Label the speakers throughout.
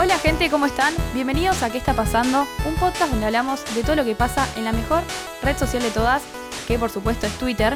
Speaker 1: Hola gente, ¿cómo están? Bienvenidos a ¿Qué está pasando? Un podcast donde hablamos de todo lo que pasa en la mejor red social de todas, que por supuesto es Twitter.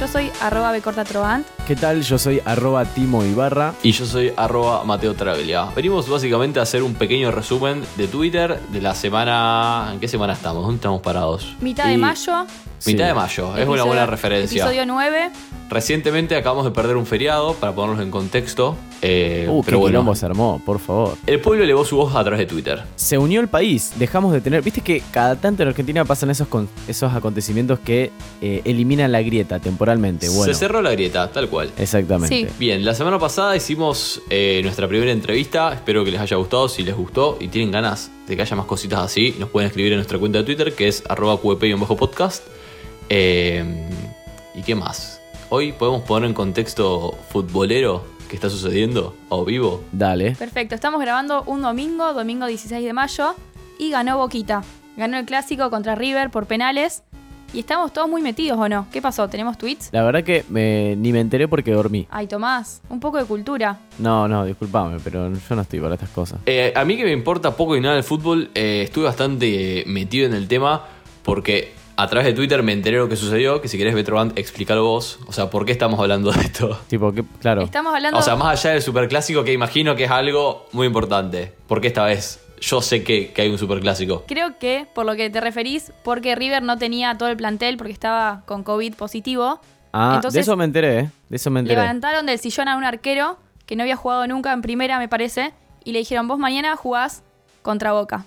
Speaker 1: Yo soy arroba becortatrovant.
Speaker 2: ¿Qué tal? Yo soy arroba Timo Ibarra.
Speaker 3: Y yo soy arroba Mateo Traglia. Venimos básicamente a hacer un pequeño resumen de Twitter de la semana... ¿En qué semana estamos? ¿Dónde estamos parados?
Speaker 1: Mitad de
Speaker 2: Y-
Speaker 1: mayo.
Speaker 2: Sí.
Speaker 3: Mitad de mayo, es una
Speaker 1: episodio-
Speaker 3: buena referencia.
Speaker 1: Episodio 9.
Speaker 3: Recientemente acabamos de perder un feriado, para ponernos en contexto. eh,
Speaker 2: Uh, qué
Speaker 3: pero bueno,
Speaker 2: quilombo se armó, por favor.
Speaker 3: el pueblo elevó su voz a través de Twitter.
Speaker 2: Se unió el país, dejamos de tener. Viste que cada tanto en Argentina pasan esos, con- esos acontecimientos que eh, eliminan la grieta temporalmente. Bueno,
Speaker 3: Se cerró la grieta, tal cual.
Speaker 2: Exactamente.
Speaker 1: Sí.
Speaker 3: Bien, la semana pasada hicimos eh, nuestra primera entrevista. Espero que les haya gustado. Si les gustó y tienen ganas de que haya más cositas así, nos pueden escribir en nuestra cuenta de Twitter, que es arroba qp-podcast. Eh, ¿Y qué más? Hoy podemos poner en contexto futbolero que está sucediendo o vivo.
Speaker 2: Dale.
Speaker 1: Perfecto, estamos grabando un domingo, domingo 16 de mayo, y ganó Boquita. Ganó el clásico contra River por penales. Y estamos todos muy metidos, ¿o no? ¿Qué pasó? ¿Tenemos tweets?
Speaker 2: La verdad que me- ni me enteré porque dormí.
Speaker 1: Ay, Tomás, un poco de cultura.
Speaker 2: No, no, discúlpame, pero yo no estoy para estas cosas.
Speaker 3: Eh, a mí que me importa poco y nada el fútbol, eh, estuve bastante eh, metido en el tema porque a través de Twitter me enteré lo que sucedió. Que si querés, Betroband, explícalo vos. O sea, ¿por qué estamos hablando de esto?
Speaker 2: Tipo, que, claro.
Speaker 1: Estamos hablando...
Speaker 3: O sea, más allá del superclásico, que imagino que es algo muy importante. Porque esta vez yo sé que, que hay un superclásico.
Speaker 1: Creo que, por lo que te referís, porque River no tenía todo el plantel porque estaba con COVID positivo,
Speaker 2: Ah, de
Speaker 1: entonces-
Speaker 2: eso me enteré, ¿eh? De eso me enteré.
Speaker 1: levantaron del sillón a un arquero que no había jugado nunca en primera, me parece, y le dijeron, vos mañana jugás contra Boca.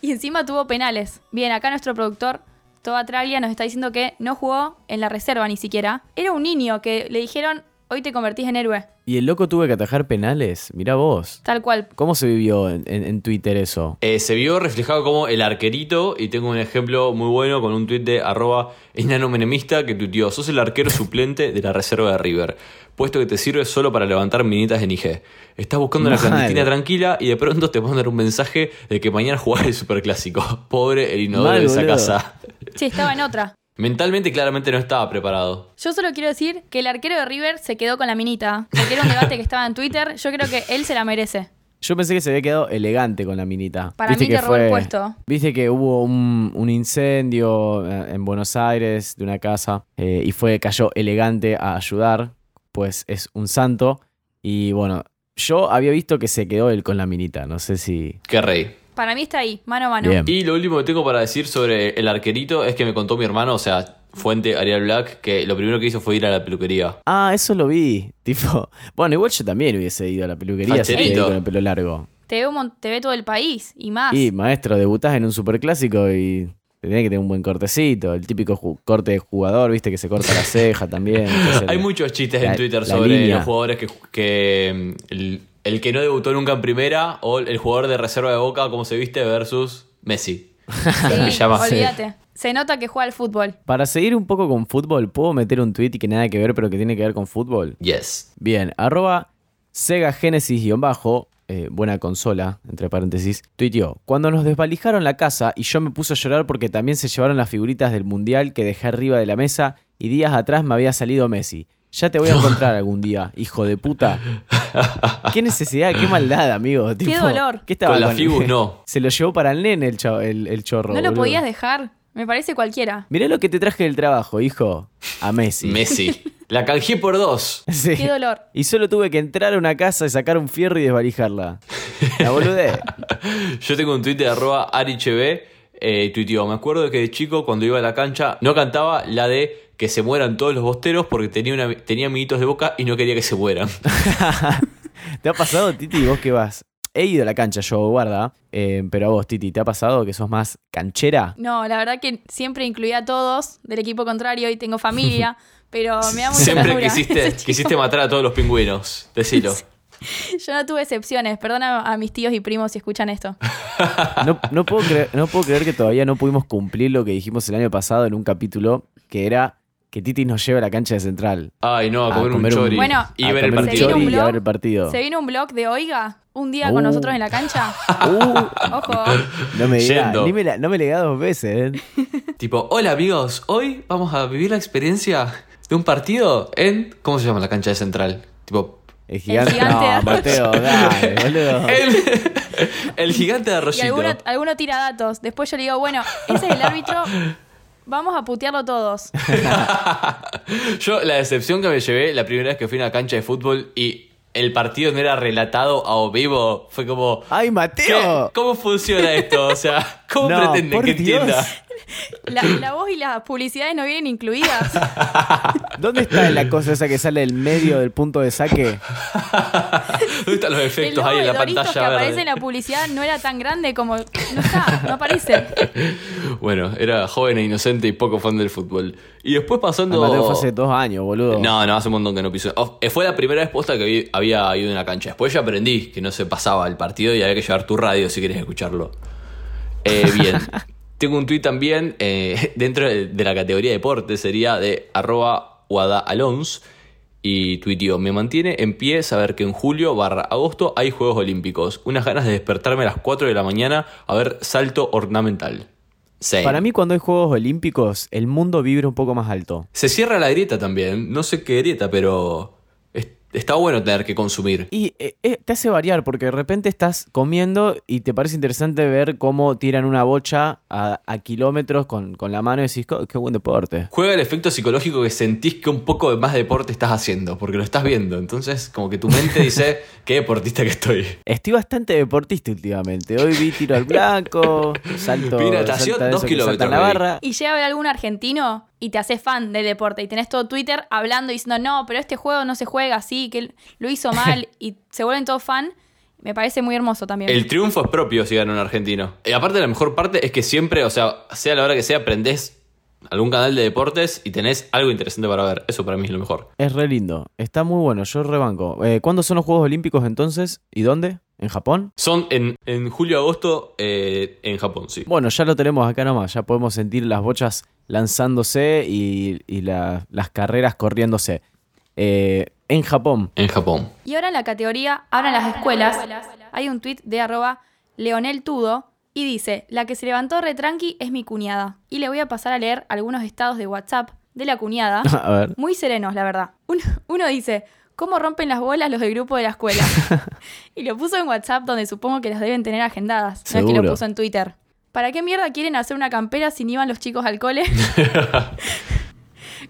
Speaker 1: y encima tuvo penales. Bien, acá nuestro productor, Toba Traglia, nos está diciendo que no jugó en la reserva ni siquiera. Era un niño que le dijeron, hoy te convertís en héroe.
Speaker 2: Y el loco tuve que atajar penales. Mirá vos.
Speaker 1: Tal cual.
Speaker 2: ¿Cómo se vivió en- en- en Twitter eso?
Speaker 3: Eh, se vio reflejado como el arquerito, y tengo un ejemplo muy bueno con un tuit de arroba enanomenemista que tuiteó, sos el arquero suplente de la reserva de River, puesto que te sirve solo para levantar minitas en IG. Estás buscando una
Speaker 2: Mal.
Speaker 3: clandestina tranquila y de pronto te mandan un mensaje de que mañana jugás el superclásico. Pobre el inodoro
Speaker 2: Mal,
Speaker 3: de esa
Speaker 2: boludo.
Speaker 3: casa.
Speaker 1: Sí, estaba en otra.
Speaker 3: Mentalmente claramente no estaba preparado.
Speaker 1: Yo solo quiero decir que el arquero de River se quedó con la minita, porque era un debate que estaba en Twitter. Yo creo que él se la merece.
Speaker 2: Yo pensé que se había quedado elegante con la minita.
Speaker 1: Para mí te robó el puesto.
Speaker 2: Viste que hubo un, un incendio eh, en Buenos Aires de una casa eh, y fue cayó elegante a ayudar, pues es un santo. Y bueno, yo había visto que se quedó él con la minita, no sé si...
Speaker 3: Qué rey.
Speaker 1: Para mí está ahí, mano a mano.
Speaker 2: Bien.
Speaker 3: Y lo último que tengo para decir sobre el arquerito es que me contó mi hermano, o sea, fuente Ariel Black, que lo primero que hizo fue ir a la peluquería.
Speaker 2: Ah, eso lo vi. Tipo, bueno, igual yo también hubiese ido a la peluquería si
Speaker 3: Facherito.
Speaker 2: hubiera ido con el pelo largo.
Speaker 1: Te ve, un mon- te ve todo el país y más.
Speaker 2: Y maestro, debutás en un superclásico y te tenés que tener un buen cortecito. El típico ju- corte de jugador, viste, que se corta la ceja también. entonces-
Speaker 3: Hay muchos chistes
Speaker 2: La-
Speaker 3: en Twitter
Speaker 2: la
Speaker 3: sobre
Speaker 2: línea.
Speaker 3: los jugadores que, que, mm, el, el que no debutó nunca en primera o el jugador de reserva de Boca, como se viste, versus Messi.
Speaker 1: Sí,
Speaker 3: Me llama.
Speaker 1: olvídate. Se nota que juega al fútbol.
Speaker 2: Para seguir un poco con fútbol, ¿puedo meter un tweet y que nada que ver, pero que tiene que ver con fútbol?
Speaker 3: Yes.
Speaker 2: Bien, arroba Sega Genesis-bajo, eh, buena consola, entre paréntesis, tuiteó, cuando nos desvalijaron la casa y yo me puse a llorar porque también se llevaron las figuritas del mundial que dejé arriba de la mesa y días atrás me había salido Messi. Ya te voy a encontrar algún día, hijo de puta. Qué necesidad, qué maldad, amigo. tipo,
Speaker 1: dolor.
Speaker 2: ¿qué estaba
Speaker 3: Con la figu, no.
Speaker 2: Se lo llevó para el nene el, chavo- el, el chorro.
Speaker 1: No lo
Speaker 2: boludo.
Speaker 1: podías dejar. Me parece cualquiera.
Speaker 2: Mirá lo que te traje del trabajo, hijo. A Messi.
Speaker 3: Messi. La canjeé por dos.
Speaker 2: Sí.
Speaker 1: Qué dolor.
Speaker 2: Y solo tuve que entrar a una casa y sacar un fierro y desvalijarla. La boludé.
Speaker 3: Yo tengo un tweet de arroba AriHB, eh, tuiteó, me acuerdo que de chico cuando iba a la cancha no cantaba la de que se mueran todos los bosteros porque tenía, una, tenía amiguitos de boca y no quería que se mueran.
Speaker 2: ¿Te ha pasado, Titi, vos que vas? He ido a la cancha yo, guarda. eh, pero a vos, Titi, ¿te ha pasado que sos más canchera?
Speaker 1: No, la verdad que siempre incluía a todos del equipo contrario y tengo familia, pero me da mucha
Speaker 3: Siempre
Speaker 1: ternura
Speaker 3: quisiste,
Speaker 1: ese chico.
Speaker 3: quisiste matar a todos los pingüinos, decilo.
Speaker 1: Yo no tuve excepciones. Perdona a mis tíos y primos si escuchan esto.
Speaker 2: No, no puedo creer, no puedo creer que todavía no pudimos cumplir lo que dijimos el año pasado en un capítulo que era que Titi nos lleve a la cancha de central.
Speaker 3: Ay, no,
Speaker 2: A
Speaker 3: a Ah, comer,
Speaker 2: comer
Speaker 3: un
Speaker 2: un-
Speaker 3: chori.
Speaker 1: Bueno,
Speaker 3: y
Speaker 2: a
Speaker 3: ver el
Speaker 2: comer
Speaker 1: partido.
Speaker 2: chori
Speaker 1: Se
Speaker 2: y
Speaker 1: vino
Speaker 2: a
Speaker 1: un
Speaker 2: ver el
Speaker 1: blog,
Speaker 2: partido.
Speaker 1: ¿Se vino un blog de Oiga un día con
Speaker 2: Uh.
Speaker 1: nosotros en la cancha?
Speaker 2: Uh,
Speaker 1: Ojo.
Speaker 2: no me diga,
Speaker 3: Yendo.
Speaker 2: ni me la- no me le diga dos veces. ¿eh?
Speaker 3: Tipo, hola amigos, hoy vamos a vivir la experiencia de un partido en. ¿Cómo se llama la cancha de central? Tipo.
Speaker 2: El gigante.
Speaker 1: gigante
Speaker 2: no,
Speaker 1: de-
Speaker 2: Mateo, dale, boludo.
Speaker 3: El, el gigante de
Speaker 1: Y
Speaker 3: Arroyito.
Speaker 1: alguno, alguno tira datos. Después yo le digo, bueno, ese es el árbitro. Vamos a putearlo todos.
Speaker 3: Yo, la decepción que me llevé la primera vez que fui a una cancha de fútbol y el partido no era relatado a vivo, fue como.
Speaker 2: ¡Ay,
Speaker 3: ¿qué?
Speaker 2: Mateo!
Speaker 3: ¿Cómo funciona esto? O sea, ¿cómo
Speaker 2: No,
Speaker 3: pretenden
Speaker 2: por
Speaker 3: que
Speaker 2: Dios.
Speaker 3: entienda?
Speaker 1: La, la voz y las publicidades no vienen incluidas.
Speaker 2: ¿Dónde está la cosa esa que sale del medio del punto de saque?
Speaker 3: ¿Dónde están los
Speaker 1: El
Speaker 3: efectos
Speaker 1: logo
Speaker 3: ahí en
Speaker 1: de
Speaker 3: la
Speaker 1: Doritos que
Speaker 3: pantalla verde?
Speaker 1: aparece en la publicidad no era tan grande como... No está, no aparece.
Speaker 3: Bueno, era joven e inocente y poco fan del fútbol. Y después pasando.
Speaker 2: Mateo fue hace dos años, boludo.
Speaker 3: No, no, hace un montón que no piso. Oh, eh, fue la primera vez posta que vi- había ido a una cancha. Después ya aprendí que no se pasaba el partido y había que llevar tu radio si quieres escucharlo. Eh, bien. Tengo un tuit también eh, dentro de, de la categoría deporte, sería de arroba guadaalons y tuiteo, me mantiene en pie saber que en julio barra agosto hay Juegos Olímpicos. Unas ganas de despertarme a las 4 de la mañana a ver salto ornamental. Same.
Speaker 2: Para mí, cuando hay Juegos Olímpicos, el mundo vibra un poco más alto.
Speaker 3: Se cierra la grieta también. No sé qué grieta, pero es- está bueno tener que consumir.
Speaker 2: Y eh, eh, te hace variar, porque de repente estás comiendo y te parece interesante ver cómo tiran una bocha a, a kilómetros con, con la mano y decís, "Co- qué buen deporte.
Speaker 3: Juega el efecto psicológico que sentís que un poco de más deporte estás haciendo, porque lo estás viendo. Entonces, como que tu mente dice, qué deportista que estoy.
Speaker 2: Estoy bastante deportista últimamente. Hoy vi tiro al blanco, salto.
Speaker 3: Vi natación,
Speaker 2: salta de
Speaker 3: dos
Speaker 2: eso que salta
Speaker 3: kilómetros,
Speaker 2: en la
Speaker 3: lo vi.
Speaker 2: barra.
Speaker 1: Y llega a ver algún argentino y te haces fan del deporte y tenés todo Twitter hablando y diciendo, no, pero este juego no se juega así, que él lo hizo mal y se vuelven todos fan. Me parece muy hermoso también.
Speaker 3: El triunfo es propio si gana un argentino. Y aparte, la mejor parte es que siempre, o sea, sea la hora que sea, aprendés algún canal de deportes y tenés algo interesante para ver. Eso para mí es lo mejor.
Speaker 2: Es re lindo. Está muy bueno. Yo rebanco. Eh, ¿Cuándo son los Juegos Olímpicos entonces? ¿Y dónde? ¿En Japón?
Speaker 3: Son en, en julio-agosto eh, en Japón, sí.
Speaker 2: Bueno, ya lo tenemos acá nomás. Ya podemos sentir las bochas lanzándose y, y la- las carreras corriéndose. Eh, en Japón.
Speaker 3: En Japón.
Speaker 1: Y ahora en la categoría Abran las escuelas, hay un tuit de arroba Leonel Tudo y dice, la que se levantó re tranqui es mi cuñada. Y le voy a pasar a leer algunos estados de WhatsApp de la cuñada.
Speaker 2: A ver.
Speaker 1: Muy serenos, la verdad. Uno, uno dice, ¿cómo rompen las bolas los del grupo de la escuela? y lo puso en WhatsApp donde supongo que las deben tener agendadas. No es que
Speaker 2: Seguro.
Speaker 1: lo puso en Twitter. ¿Para qué mierda quieren hacer una campera si ni van los chicos al cole?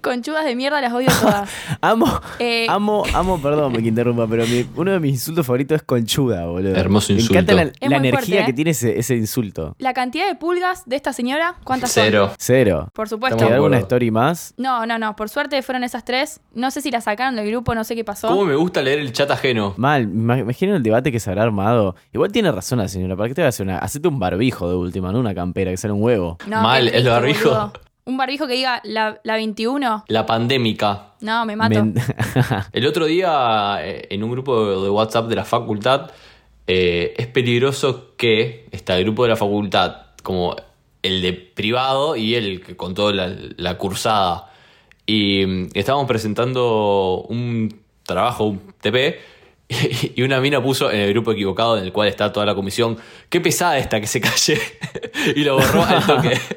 Speaker 1: Conchudas de mierda las odio todas.
Speaker 2: Amo,
Speaker 1: Eh.
Speaker 2: amo, amo, perdón que interrumpa, pero mi- uno de mis insultos favoritos es conchuda, boludo.
Speaker 3: Hermoso
Speaker 2: Me encanta
Speaker 3: insulto.
Speaker 2: la,
Speaker 3: Es
Speaker 2: la
Speaker 1: muy fuerte,
Speaker 2: energía
Speaker 1: ¿eh?
Speaker 2: que tiene ese, ese insulto.
Speaker 1: La cantidad de pulgas de esta señora, ¿cuántas son?
Speaker 3: Cero.
Speaker 2: Cero.
Speaker 1: Por
Speaker 3: Estamos
Speaker 1: supuesto.
Speaker 3: de
Speaker 2: ¿Quedar una
Speaker 3: acuerdo.
Speaker 2: story más?
Speaker 1: No, no, no. Por suerte fueron esas tres. No sé si las sacaron del grupo, no sé qué pasó.
Speaker 3: ¿Cómo me gusta leer el chat ajeno?
Speaker 2: Mal, ima- imagino el debate que se habrá armado. Igual tiene razón la señora, ¿para qué te vas a hacer una? Hacete un barbijo de última, no una campera que sale un huevo.
Speaker 1: No,
Speaker 3: Mal,
Speaker 1: qué
Speaker 3: el barbijo.
Speaker 1: boludo. Un barbijo que diga la, la 21.
Speaker 3: La pandémica.
Speaker 1: No, me mato.
Speaker 2: Men-
Speaker 3: El otro día, eh, en un grupo de WhatsApp de la facultad, eh, es peligroso que está el grupo de la facultad, como el de privado y el que contó la, la cursada. Y mm, estábamos presentando un trabajo, un TP, y una mina puso en el grupo equivocado en el cual está toda la comisión, qué pesada esta que se calle, y lo borró al toque.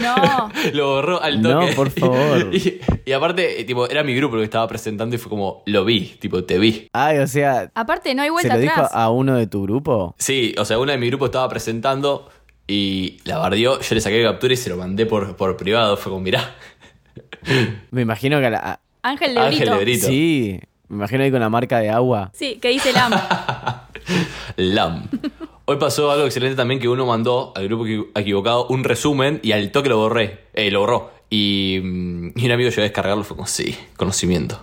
Speaker 1: No.
Speaker 3: Lo borró al
Speaker 2: No,
Speaker 3: toque.
Speaker 2: por favor.
Speaker 3: Y, y aparte, eh, tipo, era mi grupo lo que estaba presentando y fue como, lo vi, tipo, te vi.
Speaker 2: Ay, o sea,
Speaker 1: Aparte, no hay
Speaker 2: ¿se
Speaker 1: vuelta
Speaker 2: lo dijo
Speaker 1: atrás.
Speaker 2: a uno de tu grupo?
Speaker 3: Sí, o sea, una de mi grupo estaba presentando y la bardió, yo le saqué la captura y se lo mandé por, por privado. Fue como, mirá,
Speaker 2: Me imagino que a la... a-
Speaker 1: Ángel
Speaker 3: Ángel
Speaker 1: Lebrito.
Speaker 3: de Brito.
Speaker 2: Sí, me imagino ahí con la marca de agua.
Speaker 1: Sí, que dice LAM.
Speaker 3: Lam. Hoy pasó algo excelente también que uno mandó al grupo equi- equivocado un resumen y al toque lo borré, eh, lo borró. Y, mm, y un amigo llegó a descargarlo, fue como, sí, conocimiento.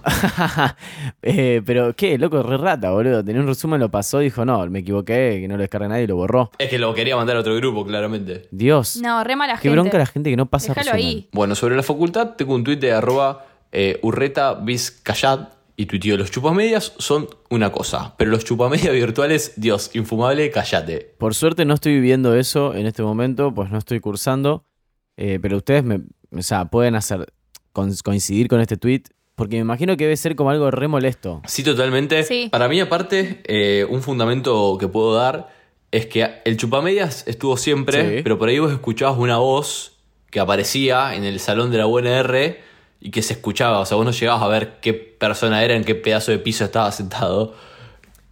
Speaker 2: Eh, pero qué, loco, re rata, boludo. Tenía un resumen, lo pasó, dijo, no, me equivoqué, que no lo descarga nadie y lo borró.
Speaker 3: Es que lo quería mandar a otro grupo, claramente.
Speaker 2: Dios.
Speaker 1: No, re mala
Speaker 2: qué
Speaker 1: gente.
Speaker 2: bronca la gente que no pasa
Speaker 1: Déjalo
Speaker 2: resumen.
Speaker 1: ahí.
Speaker 3: Bueno, sobre la facultad tengo un tuit de arroba eh, urreta vizcayat y tuiteó, los chupamedias son una cosa, pero los chupamedias virtuales, Dios, infumable, callate.
Speaker 2: Por suerte no estoy viviendo eso en este momento, pues no estoy cursando, eh, pero ustedes me, o sea, pueden hacer con- coincidir con este tweet, porque me imagino que debe ser como algo re molesto.
Speaker 3: Sí, totalmente.
Speaker 1: Sí.
Speaker 3: Para mí, aparte, eh, un fundamento que puedo dar es que el chupamedias estuvo siempre,
Speaker 2: Sí.
Speaker 3: pero por ahí vos escuchabas una voz que aparecía en el salón de la UNR y que se escuchaba. O sea, vos no llegabas a ver qué persona era, en qué pedazo de piso estaba sentado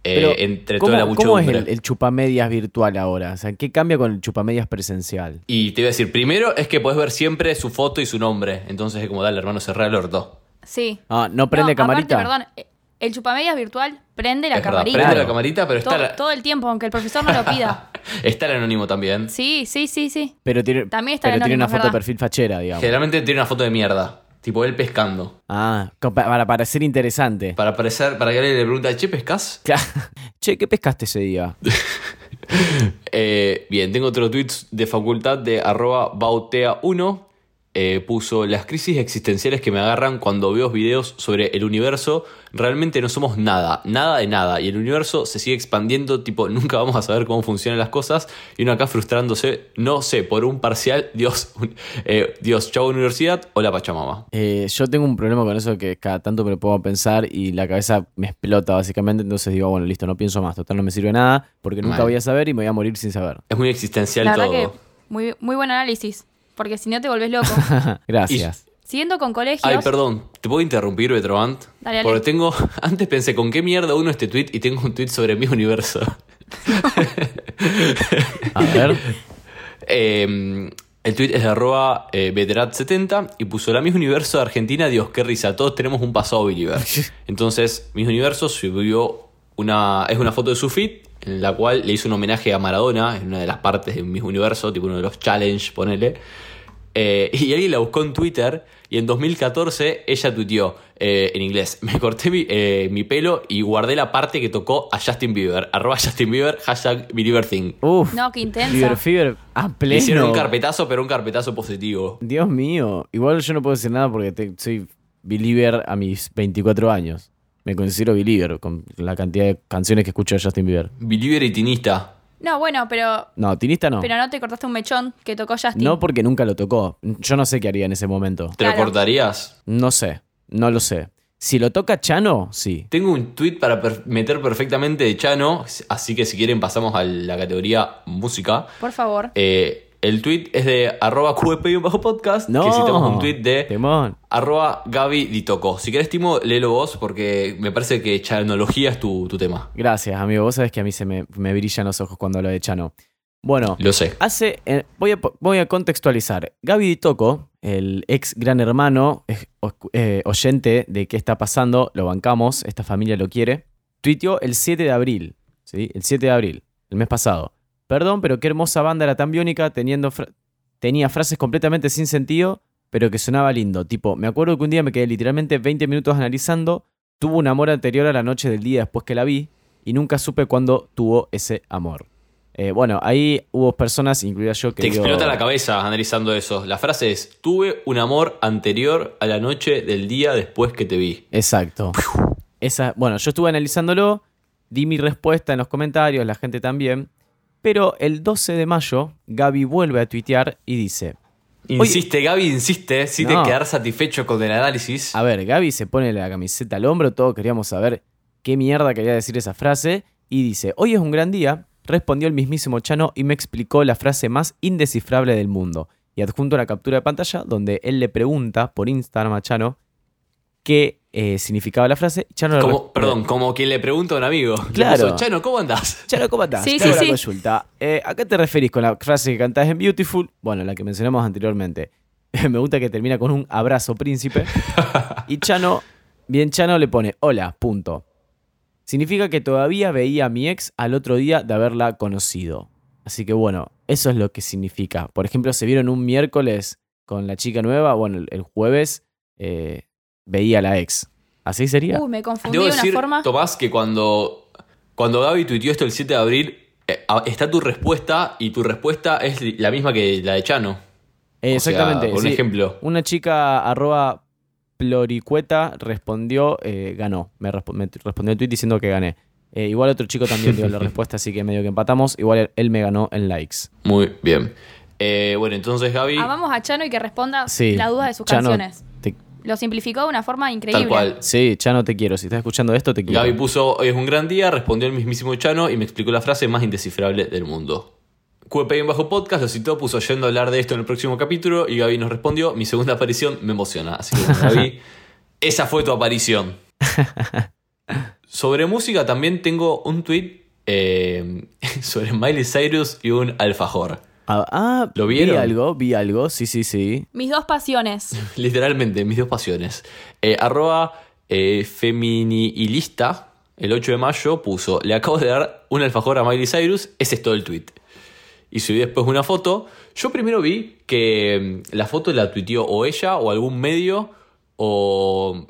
Speaker 3: eh,
Speaker 2: Pero,
Speaker 3: entre
Speaker 2: ¿cómo,
Speaker 3: toda la
Speaker 2: ¿Cómo
Speaker 3: muchedumbre.
Speaker 2: es el, el chupamedias virtual ahora? O sea, ¿qué cambia con el chupamedias presencial?
Speaker 3: Y te iba a decir, primero es que podés ver siempre su foto y su nombre. Entonces es como, dale, hermano, cerrá el orto.
Speaker 1: Sí.
Speaker 2: Ah, ¿no prende camarita?
Speaker 1: Aparte, perdón, eh, el chupamedias virtual prende la
Speaker 3: Es verdad,
Speaker 1: camarita.
Speaker 3: prende la camarita, pero
Speaker 1: todo,
Speaker 3: está, la-
Speaker 1: todo el tiempo, aunque el profesor no lo pida.
Speaker 3: está el anónimo también.
Speaker 1: Sí, sí, sí, sí.
Speaker 2: Pero tiene,
Speaker 1: También está
Speaker 2: pero
Speaker 1: el
Speaker 2: tiene
Speaker 1: anónimo,
Speaker 2: una
Speaker 1: es
Speaker 2: foto de
Speaker 1: verdad.
Speaker 2: perfil fachera, digamos.
Speaker 3: Generalmente tiene una foto de mierda. Tipo él pescando.
Speaker 2: Ah, co- pa- para parecer interesante.
Speaker 3: Para parecer, para que alguien le pregunta, ¿che pescas?
Speaker 2: Claro. Che, ¿qué pescaste ese día?
Speaker 3: Eh, bien, tengo otro tweet de facultad de arroba bautea1. Eh, puso las crisis existenciales que me agarran cuando veo videos sobre el universo. Realmente no somos nada, nada de nada. Y el universo se sigue expandiendo, tipo, nunca vamos a saber cómo funcionan las cosas. Y uno acá frustrándose, no sé, por un parcial. Dios, un- eh, Dios, chau universidad, hola Pachamama.
Speaker 2: Eh, yo tengo un problema con eso que cada tanto me lo pongo a pensar y la cabeza me explota básicamente, entonces digo, "Ah, bueno, listo, no pienso más, total no me sirve nada, porque nunca
Speaker 3: Mal.
Speaker 2: voy a saber y me voy a morir sin saber.
Speaker 3: Es muy existencial
Speaker 1: La verdad
Speaker 3: todo.
Speaker 1: que muy, muy buen análisis. Porque si no te volvés loco.
Speaker 2: Gracias.
Speaker 1: Siguiendo con colegios.
Speaker 3: Ay, perdón, ¿te puedo interrumpir, Betrovant?
Speaker 1: Dale, dale.
Speaker 3: Porque tengo. Antes pensé con qué mierda uno este tweet y tengo un tweet sobre mi universo.
Speaker 2: A ver.
Speaker 3: Eh, el tweet es de arroba eh, veterat70 y puso la Miss Universo de Argentina. Dios, qué risa, todos tenemos un pasado believer. Entonces, Miss Universo subió una. Es una foto de su feed en la cual le hizo un homenaje a Maradona en una de las partes de Miss Universo, tipo uno de los challenge, ponele. Eh, y alguien la buscó en Twitter y en 2014 ella tuiteó eh, en inglés, me corté mi, eh, mi pelo y guardé la parte que tocó a Justin Bieber, arroba Justin Bieber, hashtag Believer Thing.
Speaker 2: Uf.
Speaker 1: No, qué intensa.
Speaker 2: Fever, fever, a
Speaker 3: Le
Speaker 2: pleno.
Speaker 3: hicieron un carpetazo, pero un carpetazo positivo.
Speaker 2: Dios mío. Igual yo no puedo decir nada porque te- soy believer a mis 24 años. Me considero believer con la cantidad de canciones que escucho de Justin Bieber.
Speaker 3: Believer y tinista.
Speaker 1: No, bueno, pero,
Speaker 2: No, tinista no.
Speaker 1: pero no te cortaste un mechón que tocó Justin.
Speaker 2: No porque nunca lo tocó. Yo no sé qué haría en ese momento.
Speaker 3: ¿Te lo
Speaker 1: Claro.
Speaker 3: cortarías?
Speaker 2: No sé, no lo sé. Si lo toca Chano, sí.
Speaker 3: Tengo un tweet para per- meter perfectamente de Chano, así que si quieren pasamos a la categoría música.
Speaker 1: Por favor.
Speaker 3: Eh, el tweet es de arroba QEP y un bajo podcast,
Speaker 2: No.
Speaker 3: que citamos un tweet de
Speaker 2: Temón.
Speaker 3: arroba Gaby Ditoco. Si querés, Timo, léelo vos porque me parece que chanología es tu, tu tema.
Speaker 2: Gracias, amigo. Vos sabés que a mí se me, me brillan los ojos cuando hablo de Chano. Bueno,
Speaker 3: Lo sé.
Speaker 2: hace. eh, voy, a, po- voy a contextualizar. Gaby Di Toco, el ex gran hermano, es- o- eh, oyente de qué está pasando, lo bancamos, esta familia lo quiere. Tuiteó el 7 de abril, ¿sí? El 7 de abril, el mes pasado. Perdón, pero qué hermosa banda era tan biónica, teniendo fra- tenía frases completamente sin sentido, pero que sonaba lindo. Tipo, me acuerdo que un día me quedé literalmente 20 minutos analizando, tuvo un amor anterior a la noche del día después que la vi, y nunca supe cuándo tuvo ese amor. Eh, bueno, ahí hubo personas, incluida yo, que...
Speaker 3: Te
Speaker 2: digo-
Speaker 3: explota la cabeza analizando eso. La frase es: Tuve un amor anterior a la noche del día después que te vi.
Speaker 2: Exacto. Esa, bueno, yo estuve analizándolo, di mi respuesta en los comentarios, la gente también, pero el 12 de mayo Gaby vuelve a tuitear y dice,
Speaker 3: Insiste, Gaby, insiste. Si
Speaker 2: No. Ah,
Speaker 3: te quedar satisfecho con el análisis.
Speaker 2: A ver, Gaby se pone la camiseta al hombro, todos queríamos saber qué mierda quería decir esa frase, y dice, hoy es un gran día, respondió el mismísimo Chano y me explicó la frase más indescifrable del mundo, y adjunto una captura de pantalla donde él le pregunta por Instagram a Chano qué eh, significaba la frase, y Chano le
Speaker 3: Como-
Speaker 2: responde,
Speaker 3: perdón, como quien le pregunta a un amigo. Le
Speaker 2: Claro.
Speaker 3: puso, Chano, ¿cómo andás?
Speaker 2: Chano, ¿cómo estás?
Speaker 1: Sí,
Speaker 2: Te
Speaker 1: sí,
Speaker 2: hago la
Speaker 1: sí.
Speaker 2: consulta. Eh, ¿A qué te referís con la frase que cantás en Beautiful? Bueno, la que mencionamos anteriormente. Me gusta que termina con un abrazo, príncipe. Y Chano, bien Chano, le pone hola, punto. Significa que todavía veía a mi ex al otro día de haberla conocido. Así que bueno, eso es lo que significa. Por ejemplo, se vieron un miércoles con la chica nueva. Bueno, el- el jueves eh, veía a la ex. ¿Así sería?
Speaker 1: Uy, Uh, me confundí
Speaker 3: Debo
Speaker 1: de una
Speaker 3: decir,
Speaker 1: forma.
Speaker 3: Tomás, que cuando, cuando Gaby tuiteó esto el 7 de abril, eh, a- está tu respuesta y tu respuesta es li- la misma que la de Chano.
Speaker 2: Eh,
Speaker 3: O sea,
Speaker 2: exactamente.
Speaker 3: por un
Speaker 2: sí.
Speaker 3: ejemplo.
Speaker 2: Una chica arroba Ploricueta respondió, eh, ganó. Me, resp- me t- respondió el tweet diciendo que gané. Eh, igual otro chico también dio la respuesta, así que medio que empatamos. Igual él me ganó en likes.
Speaker 3: Muy bien. Eh, bueno, entonces Gaby,
Speaker 1: Amamos Ah, a Chano y que responda
Speaker 2: Sí.
Speaker 1: la duda de sus
Speaker 2: Chano,
Speaker 1: canciones.
Speaker 2: te-
Speaker 1: Lo simplificó de una forma increíble.
Speaker 3: tal cual.
Speaker 2: sí, Chano, te quiero. Si estás escuchando esto, te quiero.
Speaker 3: Gaby puso, hoy es un gran día, respondió el mismísimo Chano y me explicó la frase más indescifrable del mundo. QP en bajo podcast lo citó, puso yendo a hablar de esto en el próximo capítulo y Gaby nos respondió, mi segunda aparición me emociona. Así que bueno, Gaby, esa fue tu aparición. Sobre música también tengo un tweet eh, sobre Miley Cyrus y un alfajor.
Speaker 2: Ah, ah,
Speaker 3: ¿Lo
Speaker 2: vi
Speaker 3: vieron?
Speaker 2: algo, vi algo. Sí, sí, sí.
Speaker 1: Mis dos pasiones.
Speaker 3: Literalmente, mis dos pasiones. Eh, arroba eh, feminilista, el 8 de mayo, puso, le acabo de dar un alfajor a Miley Cyrus, ese es todo el tweet. Y subí después una foto. Yo primero vi que mm, la foto la tuiteó o ella o algún medio o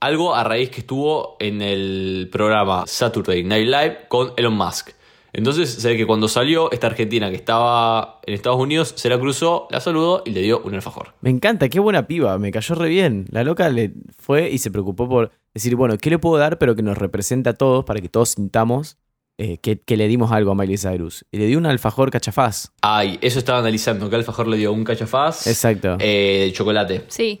Speaker 3: algo a raíz que estuvo en el programa Saturday Night Live con Elon Musk. Entonces se ve que cuando salió esta argentina que estaba en Estados Unidos, se la cruzó, la saludó y le dio un alfajor.
Speaker 2: Me encanta, qué buena piba, me cayó re bien. La loca le fue y se preocupó por decir, bueno, ¿qué le puedo dar pero que nos represente a todos para que todos sintamos eh, que, que le dimos algo a Miley Cyrus? Y le dio un alfajor cachafaz.
Speaker 3: Ay, eso estaba analizando, que Alfajor le dio un cachafaz.
Speaker 2: Exacto.
Speaker 3: Eh, de chocolate.
Speaker 1: Sí.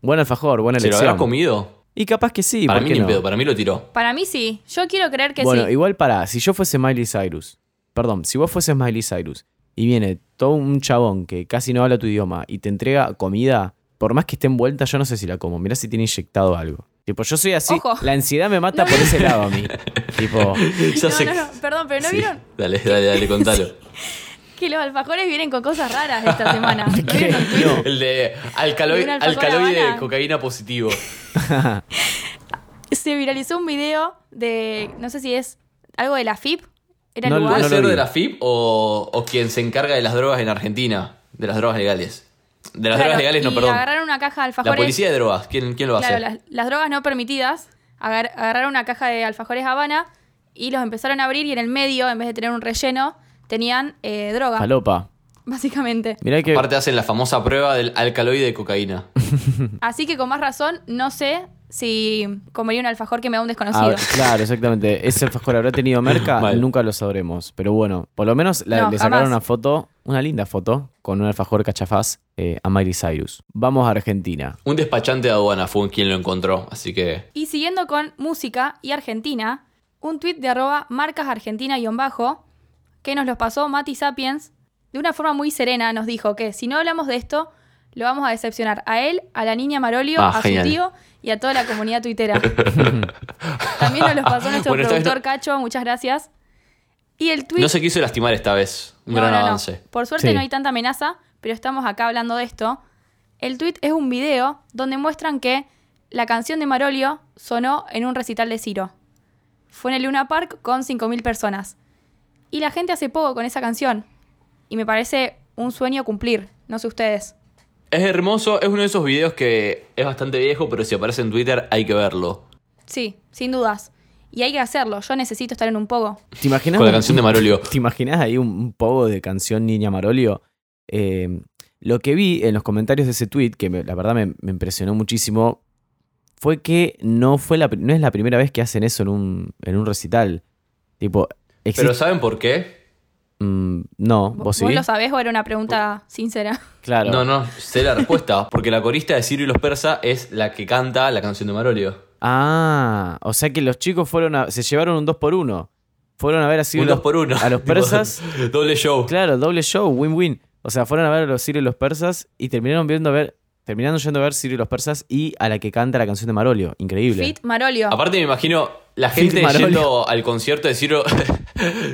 Speaker 2: Buen alfajor, buena
Speaker 3: ¿Se lo
Speaker 2: elección.
Speaker 3: habrá comido?
Speaker 2: Y capaz que sí,
Speaker 3: para
Speaker 2: ¿por
Speaker 3: mí
Speaker 2: qué
Speaker 3: ni
Speaker 2: no?
Speaker 3: pedo, para mí lo tiró.
Speaker 1: Para mí sí. Yo quiero creer que
Speaker 2: Bueno,
Speaker 1: sí.
Speaker 2: igual para, si yo fuese Miley Cyrus, perdón, si vos fueses Miley Cyrus y viene todo un chabón que casi no habla tu idioma y te entrega comida, por más que esté envuelta, yo no sé si la como. Mirá si tiene inyectado algo. Tipo, yo soy así.
Speaker 1: Ojo.
Speaker 2: La ansiedad me mata
Speaker 1: No,
Speaker 2: por
Speaker 1: no.
Speaker 2: ese lado a mí. tipo,
Speaker 3: Ya
Speaker 1: no,
Speaker 3: sé
Speaker 1: no,
Speaker 3: que-
Speaker 1: no, perdón, pero ¿no
Speaker 3: Sí.
Speaker 1: vieron
Speaker 3: Dale, dale, dale, contalo.
Speaker 1: que los alfajores vienen con cosas raras esta semana? ¿No
Speaker 2: ¿qué?
Speaker 1: vieron?
Speaker 2: No.
Speaker 3: El de
Speaker 1: De
Speaker 3: alcaloide,
Speaker 1: un alfajor
Speaker 3: alcaloide
Speaker 1: Habana.
Speaker 3: de cocaína positivo.
Speaker 1: Se viralizó un video de, no sé si es algo de la FIP. Era
Speaker 2: No
Speaker 1: el
Speaker 2: lo-
Speaker 1: lugar.
Speaker 3: ¿Puede
Speaker 2: no lo
Speaker 3: ser
Speaker 2: vi.
Speaker 3: de la FIP o, o quien se encarga de las drogas en Argentina? De las drogas legales. De las
Speaker 1: Claro,
Speaker 3: drogas legales, no,
Speaker 1: y
Speaker 3: perdón.
Speaker 1: agarraron una caja de
Speaker 3: La
Speaker 1: alfajores.
Speaker 3: policía de drogas, ¿quién, quién lo hace?
Speaker 1: Claro, las, las drogas no permitidas. agar- agarraron una caja de alfajores Habana y los empezaron a abrir y en el medio, en vez de tener un relleno, tenían eh, droga,
Speaker 2: falopa.
Speaker 1: básicamente.
Speaker 2: Mirá que.
Speaker 3: Aparte hacen la famosa prueba del alcaloide de cocaína.
Speaker 1: Así que con más razón, no sé si comería un alfajor que me da un
Speaker 2: Ah,
Speaker 1: desconocido.
Speaker 2: claro, exactamente. Ese alfajor habrá tenido merca,
Speaker 3: Mal.
Speaker 2: nunca lo sabremos. Pero bueno, por lo menos la-
Speaker 1: No,
Speaker 2: le sacaron
Speaker 1: jamás.
Speaker 2: una foto, una linda foto, con un alfajor cachafaz eh, a Miley Cyrus. Vamos a Argentina.
Speaker 3: Un despachante de aduana fue quien lo encontró, así que
Speaker 1: Y siguiendo con música y Argentina, un tuit de arroba marcas argentina-bajo que nos los pasó Mati Sapiens de una forma muy serena nos dijo que si no hablamos de esto lo vamos a decepcionar a él, a la niña Marolio,
Speaker 3: Ah,
Speaker 1: a
Speaker 3: genial.
Speaker 1: su tío y a toda la comunidad tuitera. También nos los pasó nuestro
Speaker 3: Bueno, esta vez
Speaker 1: productor
Speaker 3: no-
Speaker 1: Cacho, muchas gracias. Y el tuit...
Speaker 3: No se quiso lastimar esta vez. Un
Speaker 1: No,
Speaker 3: gran
Speaker 1: no, no.
Speaker 3: avance.
Speaker 1: Por suerte
Speaker 2: Sí.
Speaker 1: no hay tanta amenaza, pero estamos acá hablando de esto. El tweet es un video donde muestran que la canción de Marolio sonó en un recital de Ciro. Fue en el Luna Park con 5.000 personas. Y la gente hace poco con esa canción. Y me parece un sueño cumplir, no sé ustedes.
Speaker 3: Es hermoso, es uno de esos videos que es bastante viejo, pero si aparece en Twitter hay que verlo.
Speaker 1: Sí, sin dudas. Y hay que hacerlo, yo necesito estar en un poco.
Speaker 2: ¿Te imaginas?
Speaker 3: Con la canción de Marolio.
Speaker 2: ¿Te imaginas ahí un, un poco de canción Niña Marolio? Eh, lo que vi en los comentarios de ese tweet, que me- la verdad me, me impresionó muchísimo, fue que no, fue la, pri- no es la primera vez que hacen eso en un, en un recital. Tipo,
Speaker 3: Pero
Speaker 2: existe.
Speaker 3: ¿saben por qué?
Speaker 2: Mm, no, vos sí.
Speaker 1: lo sabés o era una pregunta sincera?
Speaker 2: Claro.
Speaker 3: No, no, sé la respuesta. Porque la corista de Ciro y los Persa es la que canta la canción de Marolio.
Speaker 2: Ah, o sea que los chicos fueron a, se llevaron un 2 por 1 Fueron a ver a Ciro y
Speaker 3: un
Speaker 2: los-
Speaker 3: dos por uno.
Speaker 2: a los
Speaker 3: Tipo,
Speaker 2: persas.
Speaker 3: Doble show.
Speaker 2: Claro, doble show, win-win. O sea, fueron a ver a los Sirios y los persas y terminaron viendo a ver, terminaron yendo a ver Sirio y los persas y a la que canta la canción de Marolio. Increíble.
Speaker 1: Fit Marolio.
Speaker 3: Aparte me imagino la
Speaker 2: Fit
Speaker 3: gente
Speaker 2: Marolio.
Speaker 3: yendo al concierto de Ciro,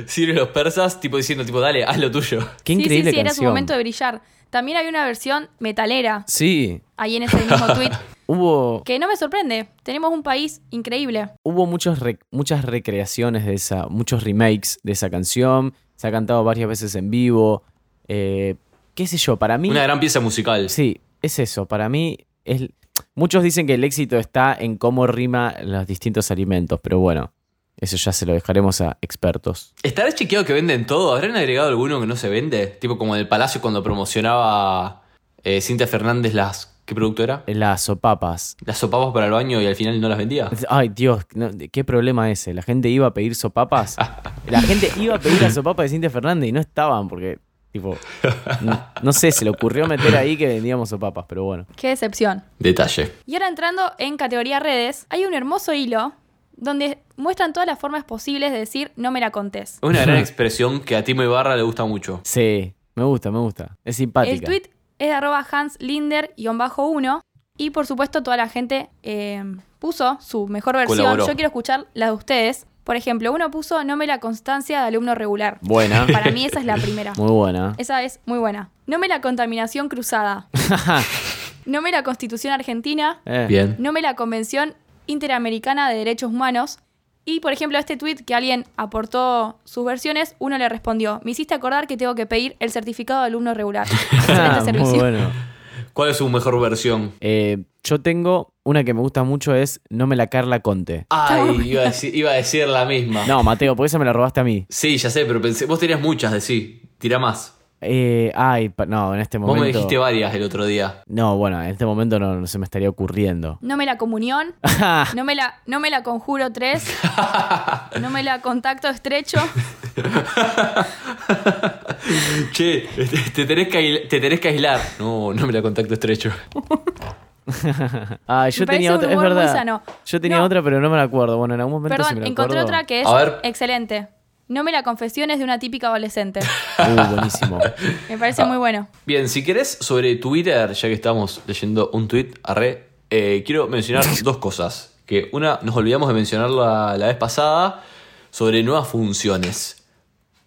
Speaker 3: Ciro y los Persas, tipo diciendo, tipo, dale, haz lo tuyo.
Speaker 2: Qué
Speaker 1: sí,
Speaker 2: increíble
Speaker 1: sí, sí, era su
Speaker 2: canción.
Speaker 1: momento de brillar. También había una versión metalera
Speaker 2: Sí,
Speaker 1: ahí en ese mismo tweet.
Speaker 2: hubo,
Speaker 1: Que no me sorprende, tenemos un país increíble.
Speaker 2: hubo muchos re- muchas recreaciones de esa, muchos remakes de esa canción. Se ha cantado varias veces en vivo. Eh, qué sé yo, para mí.
Speaker 3: Una gran pieza musical.
Speaker 2: Sí, es eso. Para mí, es... muchos dicen que el éxito está en cómo rima los distintos alimentos, pero bueno, eso ya se lo dejaremos a expertos.
Speaker 3: ¿Estará chequeado que venden todo? ¿Habrán agregado alguno que no se vende? Tipo como en el Palacio cuando promocionaba eh, Cintia Fernández las ¿Qué producto era?
Speaker 2: Las sopapas.
Speaker 3: Las sopapas para el baño y al final no las vendía.
Speaker 2: Ay, Dios, no, qué problema ese. La gente iba a pedir sopapas. La gente iba a pedir la sopapa de Cintia Fernández y no estaban porque, tipo, no, no sé, se le ocurrió meter ahí que vendíamos sopapas, pero bueno.
Speaker 1: Qué decepción.
Speaker 3: Detalle.
Speaker 1: Y ahora entrando en categoría redes, hay un hermoso hilo donde muestran todas las formas posibles de decir no me la contés.
Speaker 3: Una gran expresión que a Timo Ibarra le gusta mucho.
Speaker 2: Sí, me gusta, me gusta. Es
Speaker 1: El
Speaker 2: simpática.
Speaker 1: tweet es de arroba hanslinder-1 y por supuesto toda la gente eh, puso su mejor versión.
Speaker 3: Colaboró.
Speaker 1: Yo quiero escuchar la de ustedes. Por ejemplo, uno puso no me la constancia de alumno regular.
Speaker 2: Buena,
Speaker 1: Para mí esa es la primera.
Speaker 2: muy buena.
Speaker 1: Esa es muy buena. No me la contaminación cruzada. No me la constitución argentina.
Speaker 2: Eh,
Speaker 3: Bien.
Speaker 1: No me la Convención Interamericana de Derechos Humanos. Y, por ejemplo, este tweet que alguien aportó sus versiones, uno le respondió, me hiciste acordar que tengo que pedir el certificado de alumno regular. Excelente
Speaker 2: ah, muy
Speaker 1: servicio.
Speaker 2: bueno.
Speaker 3: ¿Cuál es su mejor versión?
Speaker 2: Eh, yo tengo una que me gusta mucho es No me la Carla Conte.
Speaker 3: Ay, iba a decir, iba a decir la misma.
Speaker 2: No, Mateo, por eso me la robaste a mí.
Speaker 3: Sí, ya sé, pero pensé, vos tenías muchas de sí. Tira más.
Speaker 2: Eh, ay, pa- no, en este
Speaker 3: Vos
Speaker 2: momento.
Speaker 3: me dijiste varias el otro día.
Speaker 2: No, bueno, en este momento no, no se me estaría ocurriendo.
Speaker 1: No me la comunión, no me la, no me la conjuro 3, no me la contacto estrecho,
Speaker 3: Che, te- te tenés, que aisl- te tenés que aislar. No, no me la contacto estrecho.
Speaker 2: Ah, yo
Speaker 1: Me parece
Speaker 2: tenía
Speaker 1: un
Speaker 2: otra, es
Speaker 1: humor muy
Speaker 2: verdad.
Speaker 1: sano.
Speaker 2: Yo tenía
Speaker 1: No.
Speaker 2: otra, pero no me la acuerdo. Bueno, en algún momento si me
Speaker 1: perdón,
Speaker 2: la
Speaker 1: encontré
Speaker 2: acuerdo-
Speaker 1: otra que es
Speaker 3: A ver.
Speaker 1: excelente. No me la confesiones de una típica adolescente.
Speaker 2: Uh, buenísimo.
Speaker 1: Me
Speaker 3: Ah.
Speaker 1: parece muy bueno.
Speaker 3: Bien, si querés, sobre Twitter, ya que estamos leyendo un tweet, arre, eh, quiero mencionar dos cosas. Que una, nos olvidamos de mencionarla la vez pasada, sobre nuevas funciones.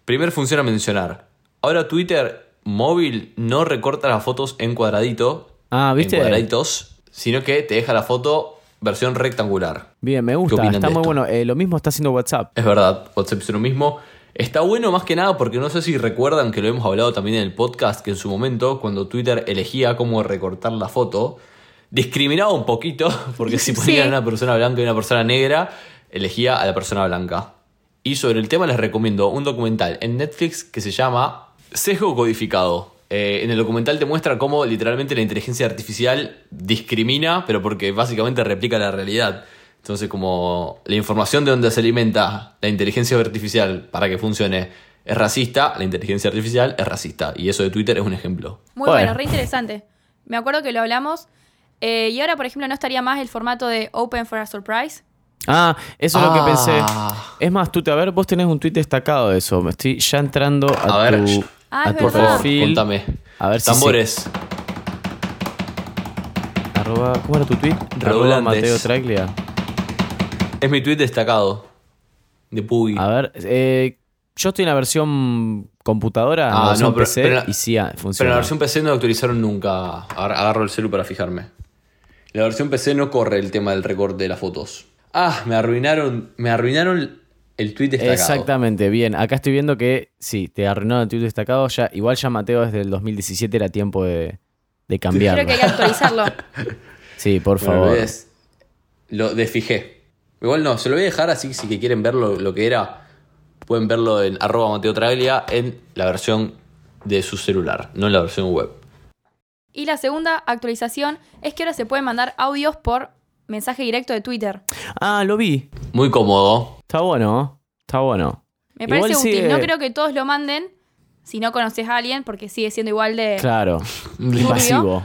Speaker 3: Primer función a mencionar. Ahora Twitter móvil no recorta las fotos en cuadradito.
Speaker 2: Ah, ¿viste?
Speaker 3: En cuadraditos, sino que te deja la foto versión rectangular.
Speaker 2: Bien, me
Speaker 3: ¿Qué
Speaker 2: gusta.
Speaker 3: opinan
Speaker 2: Está
Speaker 3: de
Speaker 2: muy
Speaker 3: esto?
Speaker 2: bueno. Eh, lo mismo está haciendo WhatsApp.
Speaker 3: Es verdad, WhatsApp hizo lo mismo. Está bueno más que nada porque no sé si recuerdan que lo hemos hablado también en el podcast, que en su momento, cuando Twitter elegía cómo recortar la foto, discriminaba un poquito, porque si
Speaker 1: Sí.
Speaker 3: ponían a una persona blanca y una persona negra, elegía a la persona blanca. Y sobre el tema les recomiendo un documental en Netflix que se llama Sesgo Codificado. Eh, en el documental te muestra cómo literalmente la inteligencia artificial discrimina, pero porque básicamente replica la realidad. Entonces, como la información de donde se alimenta la inteligencia artificial para que funcione es racista, la inteligencia artificial es racista. Y eso de Twitter es un ejemplo.
Speaker 1: Muy
Speaker 2: Bueno.
Speaker 1: bueno, re interesante. Me acuerdo que lo hablamos. eh, y ahora, por ejemplo, no estaría más el formato de Open for a Surprise.
Speaker 2: Ah, eso es lo
Speaker 3: Ah.
Speaker 2: que pensé. Es más, tú, a ver, vos tenés un tweet destacado de eso. Me estoy ya entrando a,
Speaker 3: A ver.
Speaker 2: tu,
Speaker 1: Ah,
Speaker 2: a
Speaker 1: es
Speaker 2: tu
Speaker 3: Por
Speaker 1: verdad.
Speaker 3: favor,
Speaker 2: perfil.
Speaker 3: contame.
Speaker 2: A ver si
Speaker 3: Tambores.
Speaker 2: se- arroba- ¿Cómo era tu tweet? Arroba
Speaker 3: Redoblantes.
Speaker 2: Mateo Traglia.
Speaker 3: Es mi tweet destacado. De Pugi.
Speaker 2: A ver, eh, yo estoy en la versión computadora, en la
Speaker 3: Ah,
Speaker 2: versión
Speaker 3: no, pero-
Speaker 2: PC,
Speaker 3: pero la-
Speaker 2: y sí ah,
Speaker 3: Pero
Speaker 2: funciona.
Speaker 3: la versión PC no la actualizaron nunca. Agar- Agarro el celu para fijarme. La versión PC no corre el tema del recorte de las fotos. Ah, me arruinaron. Me arruinaron el tweet destacado.
Speaker 2: Exactamente, bien. Acá estoy viendo que sí, te arruinaron el tweet destacado. Ya, igual ya Mateo desde el 2017 era tiempo de, de cambiarlo.
Speaker 1: Creo que hay que actualizarlo.
Speaker 2: Sí, por
Speaker 3: Bueno,
Speaker 2: favor.
Speaker 3: lo des- Lo desfijé. Igual no, se lo voy a dejar así si que quieren ver lo, lo que era. Pueden verlo en arroba Mateo Traglia en la versión de su celular, no en la versión web.
Speaker 1: y la segunda actualización es que ahora se pueden mandar audios por mensaje directo de Twitter.
Speaker 2: Ah, lo vi.
Speaker 3: Muy cómodo.
Speaker 2: Está bueno, ¿eh? está bueno.
Speaker 1: Me
Speaker 2: Igual
Speaker 1: parece
Speaker 2: sigue-
Speaker 1: útil. No creo que todos lo manden si no conoces a alguien, porque sigue siendo igual de.
Speaker 2: Claro,
Speaker 1: Turbio.
Speaker 2: pasivo.